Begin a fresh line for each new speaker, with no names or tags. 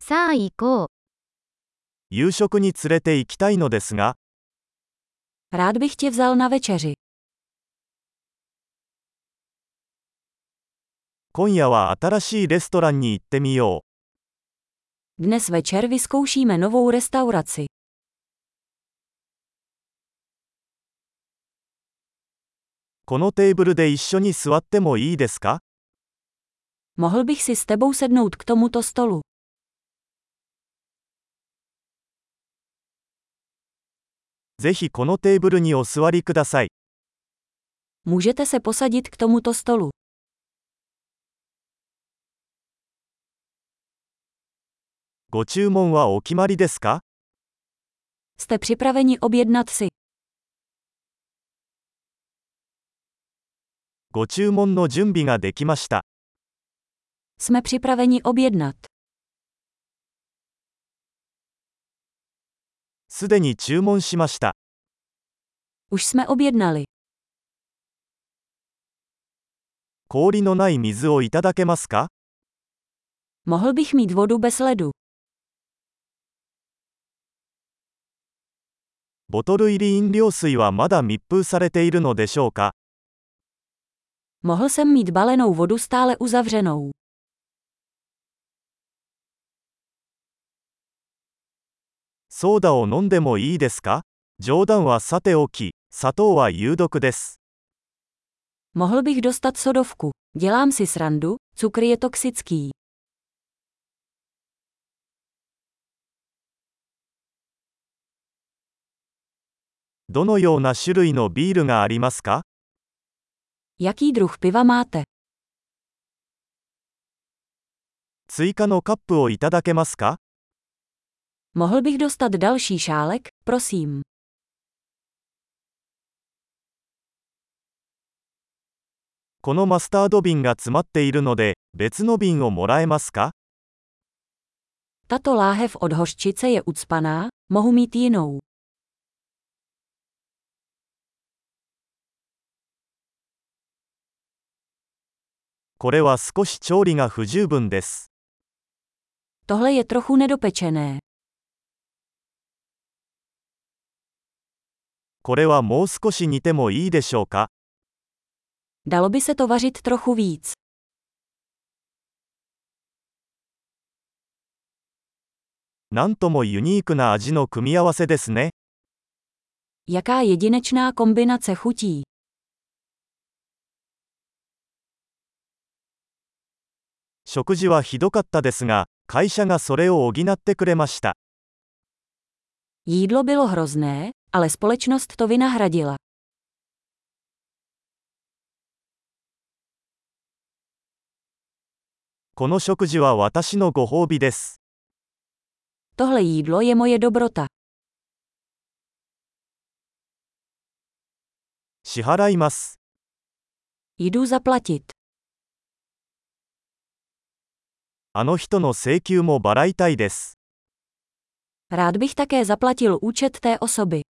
さあ行こう。
夕食に連れて行きたいのですが、
Rád bych tě vzal na večeři.
今夜は新しいレストランに行ってみよ
Dnes večer vyzkoušíme novou restauraci.
う。このテーブルで一緒に座ってもいいですか
Mohl bych si s tebou sednout k tomuto stolu.
ぜひこのテーブルにお座りください。
Můžete se posadit k tomuto stolu.
ご注文はお決まりですか
Jste připraveni objednat si?
ご注文の準備ができました。
Jsme připraveni objednat.
すでに注文しました。
Už jsme objednali.
氷のない水をいただけますか
Mohl bych mít vodu bez ledu.
ボトル入り飲料水はまだ密封されているのでしょうか
Mohl jsem mít balenou vodu stále uzavřenou.
ソーダを飲んでもいいですか冗談はさておき、砂糖は有毒です。
Mohl bych dostat sodovku. Dělám si srandu, cukr je toxický.
どのような種類のビールがありますか
Jaký druh piva máte?
追加のカップをいただけますか
Mohl bych dostat další šálek, prosím.
このマスタード瓶が詰まっているので、別の瓶をもらえますか
Tato láhev od hořčice je ucpaná, mohu mít jinou.
これは少し調理が不十分です。
Tohle je trochu nedopečené.
これはもう少し煮てもいいでしょうか
Dalo by se to vařit trochu víc.
なんともユニークな味の組み合わせですね。
Jaká jedinečná kombinace chutí.
食事はひどかったですが、会社がそれを補ってくれました。
Jídlo bylo hrozné, ale společnost to vynahradila.
この食事は私のご褒美です。
Tohle jídlo je moje dobrota.
支払います。
Jdu zaplatit.
あの人の請求も払いたいです。
Rád bych také zaplatil účet té osoby.